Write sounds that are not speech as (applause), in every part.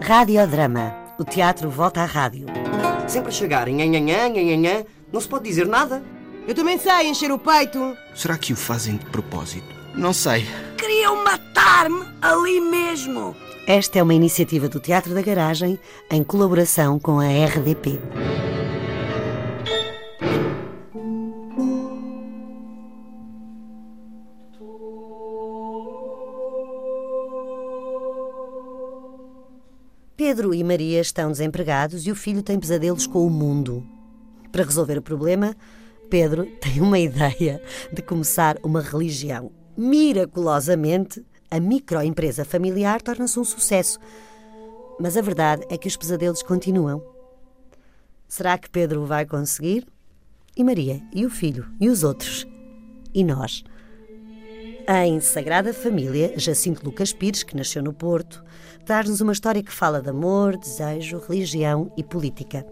Radiodrama. O teatro volta à rádio. Sempre a chegar em anhanhã, anhanhã, não se pode dizer nada. Eu também sei encher o peito. Será que o fazem de propósito? Não sei. Queriam matar-me ali mesmo. Esta é uma iniciativa do Teatro da Garagem em colaboração com a RDP. Pedro e Maria estão desempregados e o filho tem pesadelos com o mundo. Para resolver o problema, Pedro tem uma (laughs) ideia de começar uma religião. Miraculosamente, a microempresa familiar torna-se um sucesso. Mas a verdade é que os pesadelos continuam. Será que Pedro vai conseguir? E Maria, e o filho, e os outros? E nós? Em Sagrada Família, Jacinto Lucas Pires, que nasceu no Porto, traz-nos uma história que fala de amor, desejo, religião e política.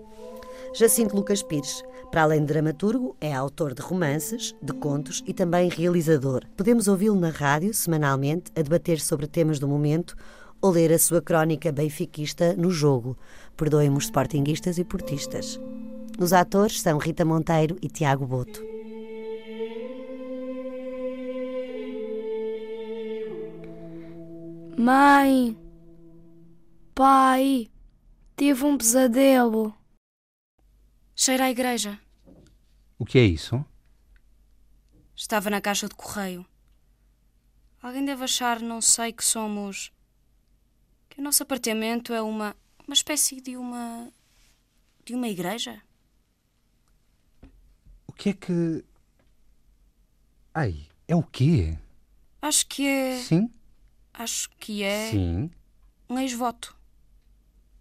Jacinto Lucas Pires, para além de dramaturgo, é autor de romances, de contos e também realizador. Podemos ouvi-lo na rádio, semanalmente, a debater sobre temas do momento ou ler a sua crónica benfiquista no jogo. Perdoem-me os sportinguistas e portistas. Os atores são Rita Monteiro e Tiago Boto. Mãe, pai, tive um pesadelo. Cheira à igreja. O que é isso? Estava na caixa de correio. Alguém deve achar, não sei, que somos. que o nosso apartamento é uma. uma espécie de uma. de uma igreja. O que é que. Ai, é o quê? Acho que é. Sim? Acho que é. Sim. Um ex-voto.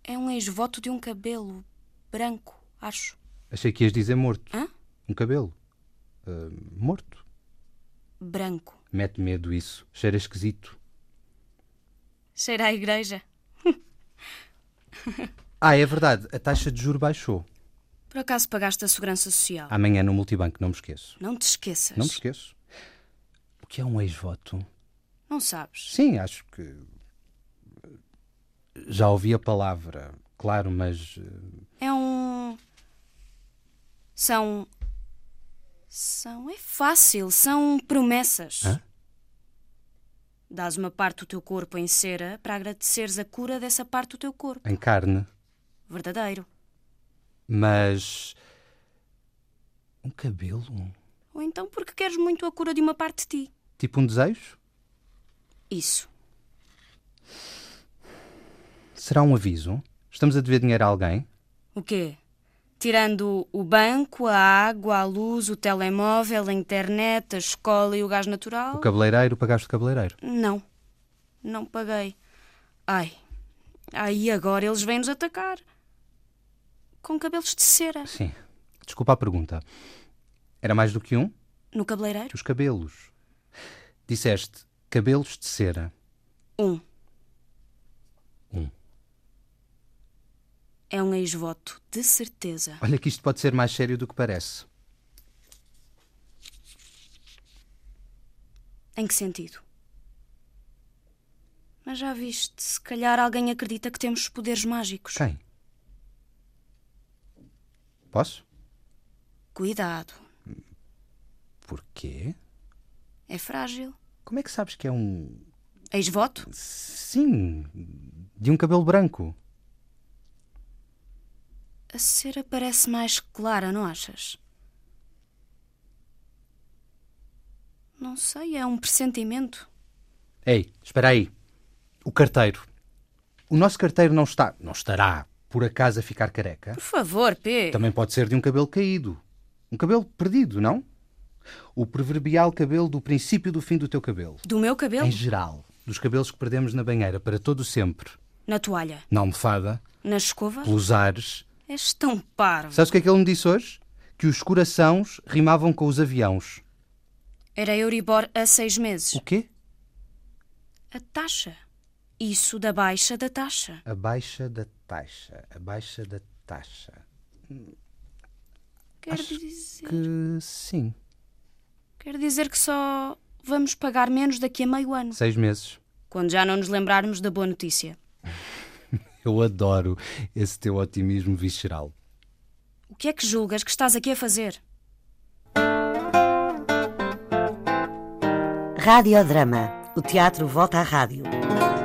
É um ex-voto de um cabelo branco, acho. Achei que ias dizer morto. Hã? Um cabelo. Ah, morto. Branco. Mete medo isso. Cheira esquisito. Cheira à igreja. Ah, é verdade. A taxa de juro baixou. Por acaso pagaste a segurança social? Amanhã no multibanco, não me esqueço. Não te esqueças. Não me esqueço. O que é um ex-voto? Não sabes. Sim, acho que. Já ouvi a palavra, claro, mas. eh, É um. São. São. É fácil. São promessas. Hã? Dás uma parte do teu corpo em cera para agradeceres a cura dessa parte do teu corpo. em carne. Verdadeiro. Mas. Um cabelo? Ou então porque queres muito a cura de uma parte de ti. Tipo um desejo? Isso. Será um aviso? Estamos a dever dinheiro a alguém? O quê? Tirando o banco, a água, a luz, o telemóvel, a internet, a escola e o gás natural? O cabeleireiro, pagaste o cabeleireiro. Não. Não paguei. Ai. Ai, e agora eles vêm-nos atacar. Com cabelos de cera. Sim. Desculpa a pergunta. Era mais do que um? No cabeleireiro? Os cabelos. Disseste cabelos de cera. Um. Um. É um ex-voto, de certeza. Olha que isto pode ser mais sério do que parece. Em que sentido? Mas já viste, se calhar alguém acredita que temos poderes mágicos. Quem? Posso? Cuidado. Porquê? É frágil. Como é que sabes que é um. Ex-voto? Sim, de um cabelo branco. A cera parece mais clara, não achas? Não sei, é um pressentimento. Ei, espera aí. O carteiro. O nosso carteiro não está. Não estará, por acaso, a ficar careca. Por favor, P. Também pode ser de um cabelo caído. Um cabelo perdido, não? O proverbial cabelo do princípio do fim do teu cabelo. Do meu cabelo? Em geral, dos cabelos que perdemos na banheira para todo o sempre. Na toalha? Na almofada, Na escova? pelos ares. És tão parvo. Sabes o que é que ele me disse hoje? Que os corações rimavam com os aviões. Era Euribor há seis meses. O quê? A taxa. Isso da baixa da taxa. A baixa da taxa. A baixa da taxa. Quer dizer... Que sim. Quer dizer que só vamos pagar menos daqui a meio ano. Seis meses. Quando já não nos lembrarmos da boa notícia. Eu adoro esse teu otimismo visceral. O que é que julgas que estás aqui a fazer? Radiodrama. O teatro volta à rádio.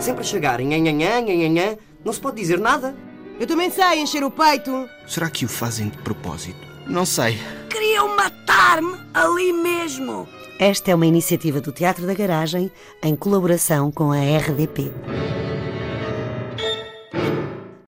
Sempre a chegar, nhanhanhã, nhanhanhã, não se pode dizer nada. Eu também sei encher o peito. Será que o fazem de propósito? Não sei. Queriam matar-me ali mesmo. Esta é uma iniciativa do Teatro da Garagem em colaboração com a RDP.